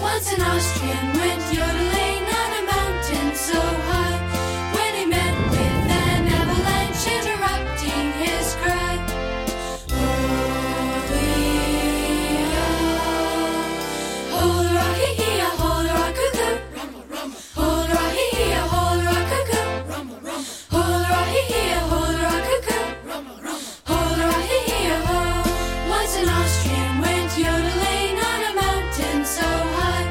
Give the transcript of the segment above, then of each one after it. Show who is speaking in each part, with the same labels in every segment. Speaker 1: Once an Austrian went yodeling on a mountain so high when he met with an avalanche interrupting his cry. An Austrian went yodeling on a mountain so high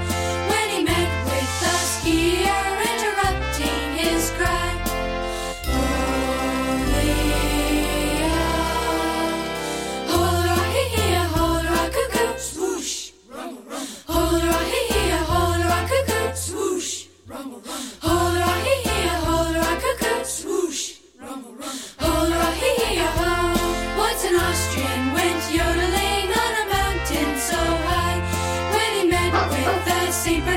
Speaker 1: when he met with a skier interrupting his cry. An Austrian went yodeling on a mountain so high when he met with the Saint